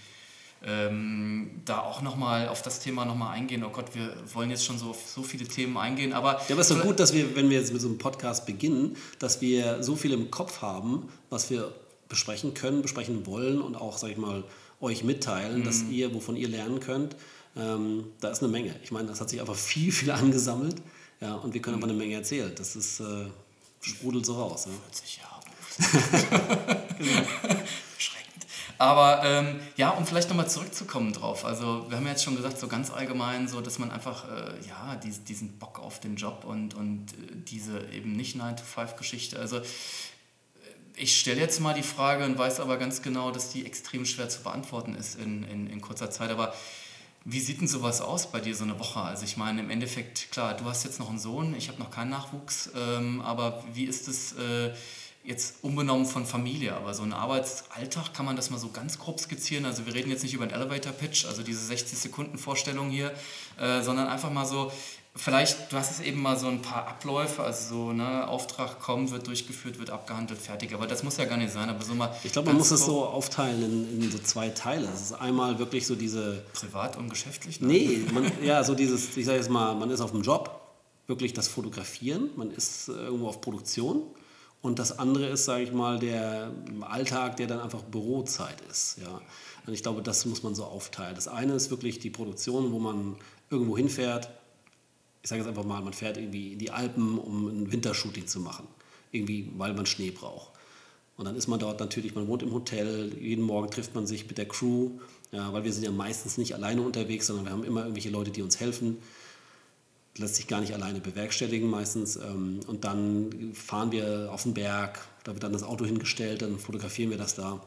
[SPEAKER 2] ähm, da auch nochmal auf das Thema nochmal eingehen. Oh Gott, wir wollen jetzt schon so auf so viele Themen eingehen, aber.
[SPEAKER 1] Ja, aber es ist doch gut, dass wir, wenn wir jetzt mit so einem Podcast beginnen, dass wir so viel im Kopf haben, was wir besprechen können, besprechen wollen und auch, sag ich mal, euch mitteilen, dass ihr, wovon ihr lernen könnt. Ähm, da ist eine Menge. Ich meine, das hat sich einfach viel, viel angesammelt. Ja, und wir können aber eine Menge erzählen. Das ist, äh, sprudelt so raus. Ja.
[SPEAKER 2] 40 Jahre Schreckend. Aber ähm, ja, um vielleicht nochmal zurückzukommen drauf. Also wir haben ja jetzt schon gesagt, so ganz allgemein, so dass man einfach äh, ja dies, diesen Bock auf den Job und, und äh, diese eben nicht 9-to-5-Geschichte. Also ich stelle jetzt mal die Frage und weiß aber ganz genau, dass die extrem schwer zu beantworten ist in, in, in kurzer Zeit. Aber wie sieht denn sowas aus bei dir so eine Woche? Also ich meine, im Endeffekt, klar, du hast jetzt noch einen Sohn, ich habe noch keinen Nachwuchs, ähm, aber wie ist es äh, jetzt unbenommen von Familie? Aber so ein Arbeitsalltag, kann man das mal so ganz grob skizzieren? Also wir reden jetzt nicht über einen Elevator-Pitch, also diese 60-Sekunden-Vorstellung hier, äh, sondern einfach mal so, Vielleicht, du hast es eben mal so ein paar Abläufe, also so, ne, Auftrag kommt, wird durchgeführt, wird abgehandelt, fertig. Aber das muss ja gar nicht sein, aber so mal.
[SPEAKER 1] Ich glaube, man
[SPEAKER 2] ganz genau.
[SPEAKER 1] muss es
[SPEAKER 2] grob
[SPEAKER 1] so aufteilen in, in so zwei Teile. Das ist einmal wirklich so diese
[SPEAKER 2] Privat und geschäftlich? ne?
[SPEAKER 1] Nee, man, ja, so dieses, ich sage jetzt mal, man ist auf dem Job, wirklich das Fotografieren, man ist äh, irgendwo auf Produktion. Und das andere ist, sage ich mal, der Alltag, der dann einfach Bürozeit ist. Ja. Und ich glaube, das muss man so aufteilen. Das eine ist wirklich die Produktion, wo man irgendwo hinfährt, ich sage jetzt einfach mal, man fährt irgendwie in die Alpen, um ein Wintershooting zu machen. Irgendwie, weil man Schnee braucht. Und dann ist man dort natürlich, man wohnt im Hotel, jeden Morgen trifft man sich mit der Crew, Ja, weil wir sind ja meistens nicht alleine unterwegs, sondern wir haben immer irgendwelche Leute, die uns helfen. Lässt sich gar nicht alleine bewerkstelligen meistens. Ähm, Und dann fahren wir auf den Berg, da wird dann das Auto hingestellt, dann fotografieren wir das da.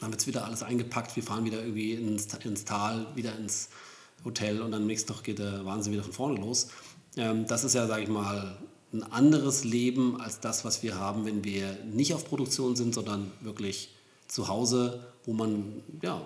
[SPEAKER 1] Dann wird es wieder alles eingepackt, wir fahren wieder irgendwie ins, ins Tal, wieder ins Hotel und dann am nächsten Tag geht der Wahnsinn wieder von vorne los. Ähm, das ist ja, sage ich mal, ein anderes Leben als das, was wir haben, wenn wir nicht auf Produktion sind, sondern wirklich zu Hause, wo man ja,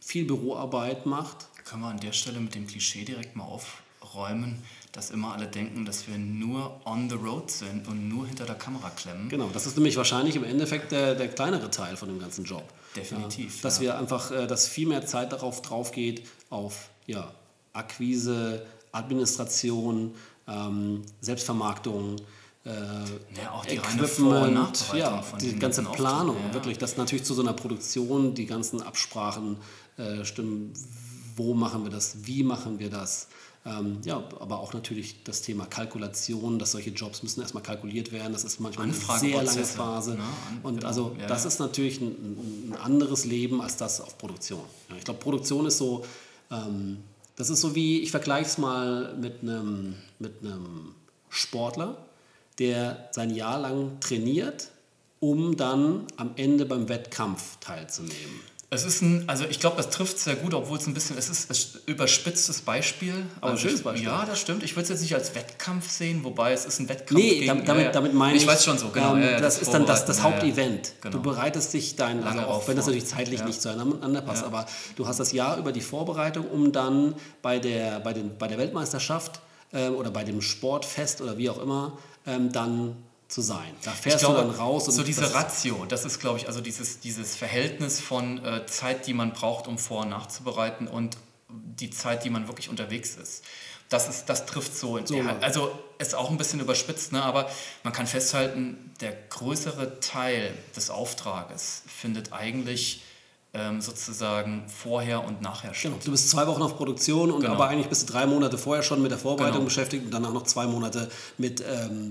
[SPEAKER 1] viel Büroarbeit macht.
[SPEAKER 2] Können wir an der Stelle mit dem Klischee direkt mal aufräumen, dass immer alle denken, dass wir nur on the road sind und nur hinter der Kamera klemmen?
[SPEAKER 1] Genau, das ist nämlich wahrscheinlich im Endeffekt der, der kleinere Teil von dem ganzen Job.
[SPEAKER 2] Definitiv,
[SPEAKER 1] Ja, dass wir einfach, äh, dass viel mehr Zeit darauf drauf geht, auf ja, Akquise, Administration, ähm, Selbstvermarktung, äh,
[SPEAKER 2] Ja, auch die reine Vor- und Nachbereitung
[SPEAKER 1] ja,
[SPEAKER 2] von
[SPEAKER 1] die
[SPEAKER 2] den
[SPEAKER 1] ganze
[SPEAKER 2] ganzen Auftritten,
[SPEAKER 1] Planung,
[SPEAKER 2] ja, ja.
[SPEAKER 1] wirklich, dass natürlich zu so einer Produktion die ganzen Absprachen äh, stimmen, wo machen wir das, wie machen wir das. Ähm, ja, aber auch natürlich das Thema Kalkulation, dass solche Jobs müssen erstmal kalkuliert werden, das ist manchmal eine sehr lange
[SPEAKER 2] Anfrageprozesse,
[SPEAKER 1] Phase.
[SPEAKER 2] ne? An-
[SPEAKER 1] Und
[SPEAKER 2] genau,
[SPEAKER 1] also
[SPEAKER 2] ja,
[SPEAKER 1] das
[SPEAKER 2] ja.
[SPEAKER 1] ist natürlich ein, ein anderes Leben als das auf Produktion. Ja, ich glaube, Produktion ist so, ähm, das ist so wie, ich vergleiche es mal mit einem mit einem Sportler, der sein Jahr lang trainiert, um dann am Ende beim Wettkampf teilzunehmen.
[SPEAKER 2] Es ist ein, also ich glaube, das trifft sehr gut, obwohl es ein bisschen, es ist ein überspitztes Beispiel.
[SPEAKER 1] Aber ein
[SPEAKER 2] also
[SPEAKER 1] schönes
[SPEAKER 2] ich-
[SPEAKER 1] Beispiel.
[SPEAKER 2] Ja, das stimmt. Ich würde es jetzt nicht als Wettkampf sehen, wobei es ist ein Wettkampf.
[SPEAKER 1] Nee, damit,
[SPEAKER 2] ja, ja.
[SPEAKER 1] damit, damit meine ich.
[SPEAKER 2] Ich weiß schon so, genau.
[SPEAKER 1] ähm,
[SPEAKER 2] ja, ja,
[SPEAKER 1] das, ist dann das, das
[SPEAKER 2] Vorbereiten, ja, ja.
[SPEAKER 1] Hauptevent.
[SPEAKER 2] Genau.
[SPEAKER 1] Du bereitest dich dein, also
[SPEAKER 2] Lange
[SPEAKER 1] auch wenn das
[SPEAKER 2] Aufbau.
[SPEAKER 1] natürlich zeitlich
[SPEAKER 2] Ja.
[SPEAKER 1] nicht zueinander passt, aber du hast das Jahr über die Vorbereitung, um dann bei der, bei den, bei der Weltmeisterschaft ähm, oder bei dem Sportfest oder wie auch immer ähm, dann zu sein. Da
[SPEAKER 2] Ich
[SPEAKER 1] fährst
[SPEAKER 2] glaube,
[SPEAKER 1] du dann raus und
[SPEAKER 2] so diese
[SPEAKER 1] das-
[SPEAKER 2] Ratio, das ist, glaube ich, also dieses, dieses Verhältnis von äh, Zeit, die man braucht, um vor- und nachzubereiten und die Zeit, die man wirklich unterwegs ist. Das, ist, das trifft so. in-
[SPEAKER 1] So.
[SPEAKER 2] ja, also ist auch ein bisschen überspitzt, ne? aber man kann festhalten, der größere Teil des Auftrages findet eigentlich ähm, sozusagen vorher und nachher statt.
[SPEAKER 1] Genau. Du bist zwei Wochen auf Produktion und
[SPEAKER 2] Genau.
[SPEAKER 1] aber eigentlich bist du drei Monate vorher schon mit der Vorbereitung
[SPEAKER 2] Genau.
[SPEAKER 1] beschäftigt und danach noch zwei Monate mit, ähm,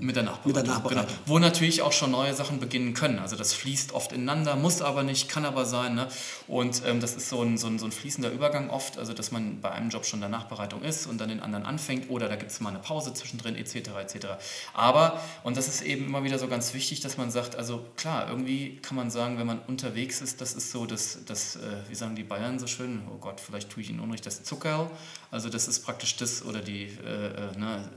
[SPEAKER 2] Mit der
[SPEAKER 1] mit der
[SPEAKER 2] Nachbereitung.
[SPEAKER 1] Nachbereitung.
[SPEAKER 2] Genau. Wo natürlich auch schon neue Sachen beginnen können. Also das fließt oft ineinander, muss aber nicht, kann aber sein. Ne? Und ähm, das ist so ein, so, ein, so ein fließender Übergang oft, also dass man bei einem Job schon in der Nachbereitung ist und dann den anderen anfängt oder da gibt es mal eine Pause zwischendrin etc. etc. Aber, und das ist eben immer wieder so ganz wichtig, dass man sagt, also klar, irgendwie kann man sagen, wenn man unterwegs ist, das ist so das, das äh, wie sagen die Bayern so schön, oh Gott, vielleicht tue ich Ihnen Unrecht, das Zuckerl. Also das ist praktisch das oder die, äh, äh, ne,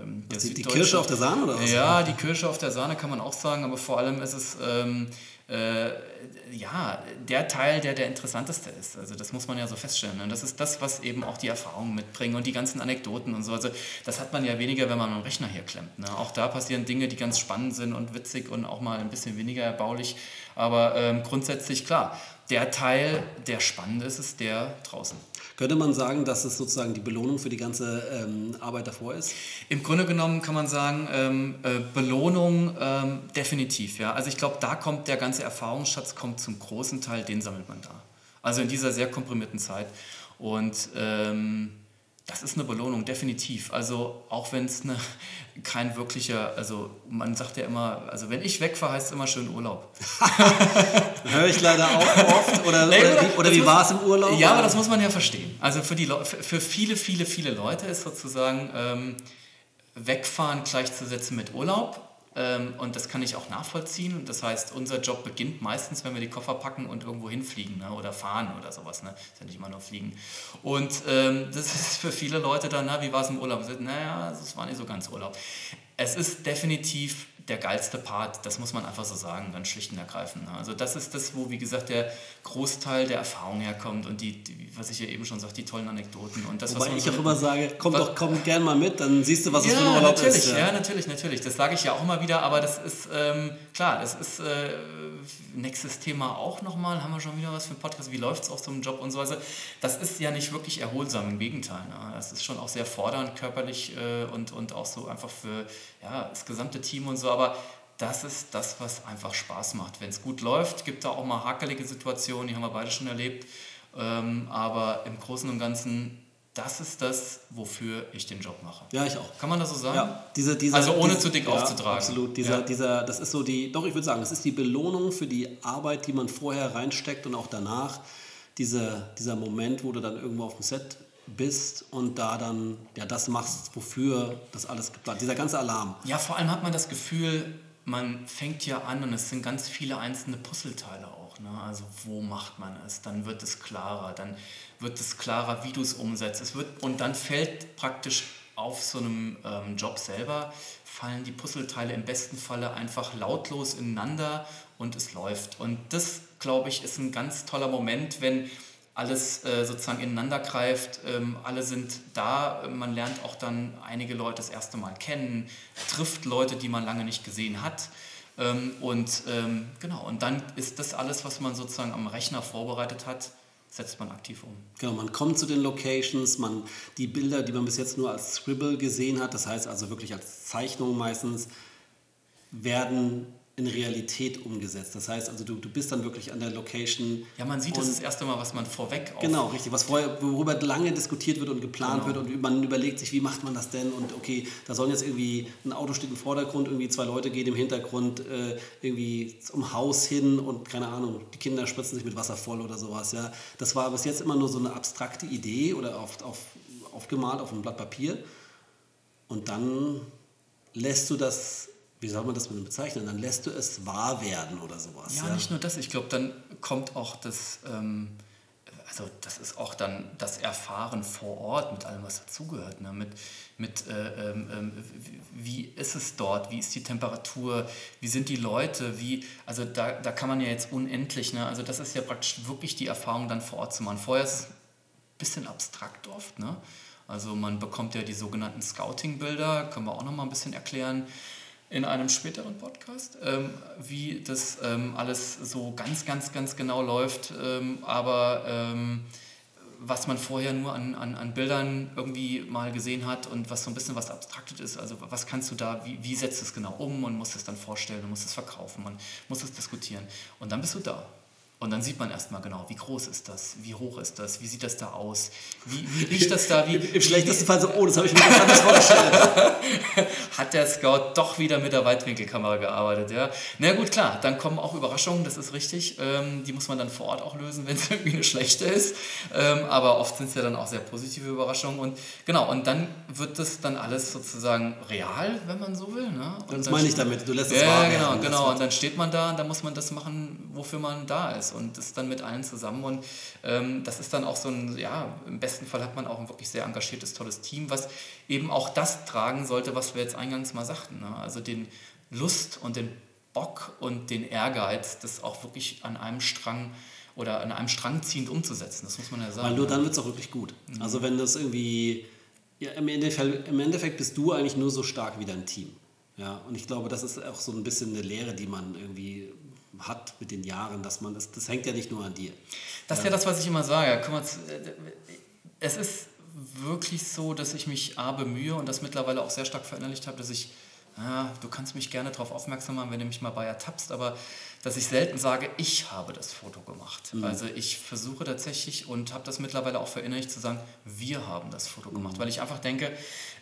[SPEAKER 2] äh, ähm, der
[SPEAKER 1] Die, die
[SPEAKER 2] Süddeutsche-
[SPEAKER 1] Kirsche auf der Sahne oder was?
[SPEAKER 2] ja, die Kirsche auf der Sahne kann man auch sagen, aber vor allem ist es ähm, äh, ja der Teil, der der interessanteste ist. Also das muss man ja so feststellen. Und das ist das, was eben auch die Erfahrungen mitbringen und die ganzen Anekdoten und so. Also das hat man ja weniger, wenn man am Rechner hier klemmt. Ne? Auch da passieren Dinge, die ganz spannend sind und witzig und auch mal ein bisschen weniger erbaulich. Aber ähm, grundsätzlich klar, der Teil, der spannend ist, ist der draußen.
[SPEAKER 1] Könnte man sagen, dass es sozusagen die Belohnung für die ganze ähm, Arbeit davor ist?
[SPEAKER 2] Im Grunde genommen kann man sagen, ähm, äh, Belohnung ähm, definitiv, ja. Also ich glaube, da kommt der ganze Erfahrungsschatz kommt zum großen Teil, den sammelt man da. Also in dieser sehr komprimierten Zeit. Und ähm, das ist eine Belohnung, definitiv. Also auch wenn es ne, kein wirklicher, also man sagt ja immer, also wenn ich wegfahre, heißt es immer schön Urlaub.
[SPEAKER 1] Höre ich leider auch oft. Oder,
[SPEAKER 2] Nee,
[SPEAKER 1] oder,
[SPEAKER 2] oder-
[SPEAKER 1] wie, oder
[SPEAKER 2] das
[SPEAKER 1] wie
[SPEAKER 2] muss-
[SPEAKER 1] war es im Urlaub?
[SPEAKER 2] Ja, aber das muss man ja verstehen. Also für, die Leu- für für viele, viele, viele Leute ist sozusagen ähm, Wegfahren gleichzusetzen mit Urlaub. Ähm, und das kann ich auch nachvollziehen. Und Das heißt, unser Job beginnt meistens, wenn wir die Koffer packen und irgendwo hinfliegen ne? oder fahren oder sowas. Ne? Ist ja nicht immer nur fliegen. Und ähm, das ist für viele Leute dann, na, wie war es im Urlaub? Sie sagen, Naja, es war nicht so ganz Urlaub. Es ist definitiv der geilste Part, das muss man einfach so sagen, ganz schlicht und ergreifend. ne? Also das ist das, wo, wie gesagt, der Großteil der Erfahrung herkommt und die, die was ich ja eben schon sagte, die tollen Anekdoten und das, was
[SPEAKER 1] Wobei
[SPEAKER 2] man
[SPEAKER 1] ich
[SPEAKER 2] so
[SPEAKER 1] auch immer sage, komm
[SPEAKER 2] Was-
[SPEAKER 1] doch, komm gern mal mit, dann siehst du, was es
[SPEAKER 2] ja,
[SPEAKER 1] für ein Urlaub
[SPEAKER 2] natürlich,
[SPEAKER 1] ist.
[SPEAKER 2] ja. natürlich, natürlich. Das sage ich ja auch immer wieder, aber das ist, ähm, klar, das ist äh, nächstes Thema auch nochmal. Haben wir schon wieder was für einen Podcast? Wie läuft es auf so einem Job und so weiter? Das ist ja nicht wirklich erholsam, im Gegenteil. Ne? Das ist schon auch sehr fordernd, körperlich äh, und, und auch so einfach für ja, das gesamte Team und so, aber. Das ist das, was einfach Spaß macht. Wenn es gut läuft, gibt da auch mal hakelige Situationen, die haben wir beide schon erlebt. Ähm, aber im Großen und Ganzen, das ist das, wofür ich den Job mache.
[SPEAKER 1] Ja, ich auch.
[SPEAKER 2] Kann man das so sagen?
[SPEAKER 1] Ja, diese, diese,
[SPEAKER 2] Also ohne
[SPEAKER 1] diese,
[SPEAKER 2] zu dick
[SPEAKER 1] ja,
[SPEAKER 2] aufzutragen.
[SPEAKER 1] Absolut.
[SPEAKER 2] Ja.
[SPEAKER 1] Dieser, dieser, das ist so die, doch, ich würde sagen, das ist die Belohnung für die Arbeit, die man vorher reinsteckt und auch danach. diese, dieser Moment, wo du dann irgendwo auf dem Set bist und da dann ja das machst, wofür das alles geplant. Dieser ganze Alarm.
[SPEAKER 2] Ja, vor allem hat man das Gefühl, man fängt ja an und es sind ganz viele einzelne Puzzleteile auch. Ne? Also wo macht man es? Dann wird es klarer, dann wird es klarer, wie du es umsetzt. Es wird, und dann fällt praktisch auf so einem ähm, Job selber, fallen die Puzzleteile im besten Falle einfach lautlos ineinander und es läuft. Und das, glaube ich, ist ein ganz toller Moment, wenn alles äh, sozusagen ineinander greift, ähm, alle sind da, man lernt auch dann einige Leute das erste Mal kennen, trifft Leute, die man lange nicht gesehen hat. Ähm, und ähm, genau, und dann ist das alles, was man sozusagen am Rechner vorbereitet hat, setzt man aktiv um.
[SPEAKER 1] Genau, man kommt zu den Locations, man die Bilder, die man bis jetzt nur als Scribble gesehen hat, das heißt also wirklich als Zeichnung meistens, werden in Realität umgesetzt. Das heißt also, du, du bist dann wirklich an der Location.
[SPEAKER 2] Ja, man sieht, das ist das erste Mal, was man vorweg
[SPEAKER 1] auf Genau, richtig. Was vorher, worüber lange diskutiert wird und geplant genau. wird und man überlegt sich, wie macht man das denn? Und okay, da sollen jetzt irgendwie ein Auto steht im Vordergrund, irgendwie zwei Leute gehen im Hintergrund äh, irgendwie zum Haus hin und keine Ahnung, die Kinder spritzen sich mit Wasser voll oder sowas. Ja, das war bis jetzt immer nur so eine abstrakte Idee oder auf, auf, aufgemalt auf einem Blatt Papier. Und dann lässt du das wie soll man das bezeichnen? Dann lässt du es wahr werden oder sowas.
[SPEAKER 2] Ja, ja. nicht nur das. Ich glaube, dann kommt auch das, ähm, also das ist auch dann das Erfahren vor Ort mit allem, was dazugehört. Ne? Mit, mit äh, ähm, wie ist es dort? Wie ist die Temperatur? Wie sind die Leute? Wie, also da, da kann man ja jetzt unendlich, ne? also das ist ja praktisch wirklich die Erfahrung dann vor Ort zu machen. Vorher ist es ein bisschen abstrakt oft. Ne? Also man bekommt ja die sogenannten Scouting-Bilder, können wir auch noch mal ein bisschen erklären in einem späteren Podcast, ähm, wie das ähm, alles so ganz, ganz, ganz genau läuft. Ähm, aber ähm, was man vorher nur an, an, an Bildern irgendwie mal gesehen hat und was so ein bisschen was abstraktet ist, also was kannst du da, wie, wie setzt du es genau um und musst es dann vorstellen und musst es verkaufen und musst es diskutieren. Und dann bist du da. Und dann sieht man erstmal genau, wie groß ist das, wie hoch ist das, wie sieht das da aus, wie, wie riecht das da, wie.
[SPEAKER 1] Im, im schlechtesten Fall so, oh, das habe ich mir ganz anders vorgestellt.
[SPEAKER 2] Hat der Scout doch wieder mit der Weitwinkelkamera gearbeitet, ja. Na gut, klar, dann kommen auch Überraschungen, das ist richtig. Ähm, die muss man dann vor Ort auch lösen, wenn es irgendwie eine schlechte ist. Ähm, aber oft sind es ja dann auch sehr positive Überraschungen. Und genau, und dann wird das dann alles sozusagen real, wenn man so will. Ne?
[SPEAKER 1] Und das meine ich damit, du lässt es
[SPEAKER 2] ja, wahr werden. Ja, genau, genau. Und dann steht man da und dann muss man das machen, wofür man da ist und das dann mit allen zusammen. Und ähm, das ist dann auch so ein, ja, im besten Fall hat man auch ein wirklich sehr engagiertes, tolles Team, was eben auch das tragen sollte, was wir jetzt eingangs mal sagten. Ne? Also den Lust und den Bock und den Ehrgeiz, das auch wirklich an einem Strang oder an einem Strang ziehend umzusetzen. Das muss man ja sagen.
[SPEAKER 1] Weil nur dann wird es auch wirklich gut. Mhm. Also wenn das irgendwie, ja, im Endeffekt, im Endeffekt bist du eigentlich nur so stark wie dein Team. Ja, und ich glaube, das ist auch so ein bisschen eine Lehre, die man irgendwie hat mit den Jahren, dass man das, das hängt ja nicht nur an dir.
[SPEAKER 2] Das ist ja, ja das, was ich immer sage. Mal, äh, es ist wirklich so, dass ich mich A bemühe und das mittlerweile auch sehr stark verinnerlicht habe, dass ich, ah, du kannst mich gerne darauf aufmerksam machen, wenn du mich mal bei ertappst, aber dass ich selten sage, ich habe das Foto gemacht. Mhm. Also ich versuche tatsächlich und habe das mittlerweile auch verinnerlicht zu sagen, wir haben das Foto gemacht, mhm. weil ich einfach denke,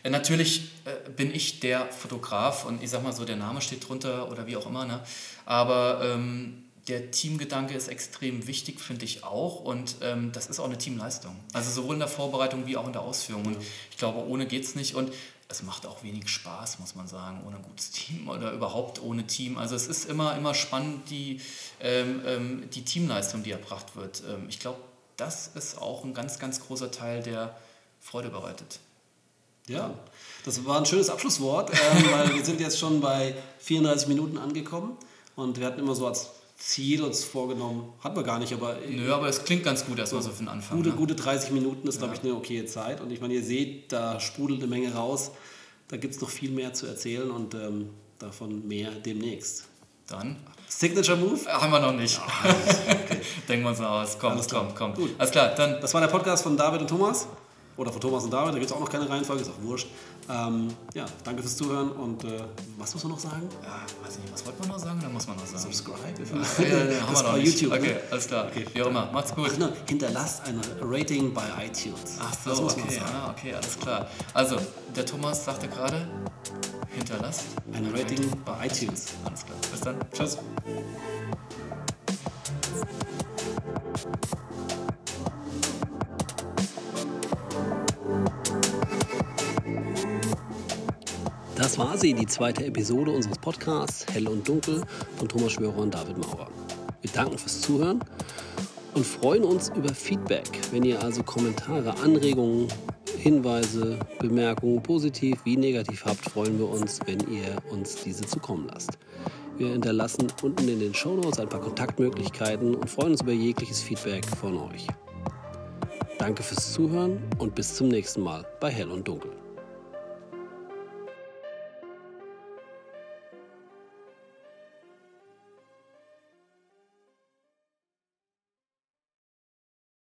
[SPEAKER 2] äh, natürlich äh, bin ich der Fotograf und ich sag mal so, der Name steht drunter oder wie auch immer, ne? aber ähm, der Teamgedanke ist extrem wichtig, finde ich auch. Und ähm, das ist auch eine Teamleistung. Also sowohl in der Vorbereitung wie auch in der Ausführung. Und ich glaube, ohne geht es nicht. Und es macht auch wenig Spaß, muss man sagen, ohne ein gutes Team oder überhaupt ohne Team. Also es ist immer, immer spannend, die, ähm, ähm, die Teamleistung, die erbracht wird. Ähm, ich glaube, das ist auch ein ganz, ganz großer Teil, der Freude bereitet.
[SPEAKER 1] Ja, das war ein schönes Abschlusswort, ähm, weil wir sind jetzt schon bei 34 Minuten angekommen und wir hatten immer so als Ziel uns vorgenommen, hatten wir gar nicht, aber...
[SPEAKER 2] Nö, aber es klingt ganz gut erstmal so, so für den Anfang.
[SPEAKER 1] Gute, ne? gute 30 Minuten ist, ja. glaube ich, eine okaye Zeit. Und ich meine, ihr seht, da sprudelt eine Menge raus. Da gibt es noch viel mehr zu erzählen und ähm, davon mehr demnächst.
[SPEAKER 2] Dann?
[SPEAKER 1] Signature Move?
[SPEAKER 2] Haben wir noch nicht. Ja, Ah, okay. Denken wir uns noch aus. Komm, Alles komm, komm. Gut. Alles klar, dann...
[SPEAKER 1] Das war der Podcast von David und Thomas. Oder von Thomas und David. Da gibt es auch noch keine Reihenfolge, ist auch wurscht. Ähm, ja, danke fürs Zuhören und äh, was muss man noch sagen?
[SPEAKER 2] Ja, Ah, weiß ich nicht, was wollte man noch sagen? Da muss man noch sagen. Ah,
[SPEAKER 1] Subscribe?
[SPEAKER 2] Ja, ja, ja, haben das wir noch nicht. YouTube. Okay, also- alles klar. Okay, Wie auch immer. Macht's gut.
[SPEAKER 1] ne? Ach, ne, hinterlasst ein Rating bei iTunes.
[SPEAKER 2] Ach so, okay. Ah, okay, alles klar. Also, der Thomas sagte gerade, hinterlasst
[SPEAKER 1] ein, ein Rating, Rating bei iTunes.
[SPEAKER 2] Alles klar. Bis dann. Tschüss.
[SPEAKER 1] Das war sie, die zweite Episode unseres Podcasts Hell und Dunkel von Thomas Schwörer und David Maurer. Wir danken fürs Zuhören und freuen uns über Feedback. Wenn ihr also Kommentare, Anregungen, Hinweise, Bemerkungen positiv wie negativ habt, freuen wir uns, wenn ihr uns diese zukommen lasst. Wir hinterlassen unten in den Shownotes ein paar Kontaktmöglichkeiten und freuen uns über jegliches Feedback von euch. Danke fürs Zuhören und bis zum nächsten Mal bei Hell und Dunkel.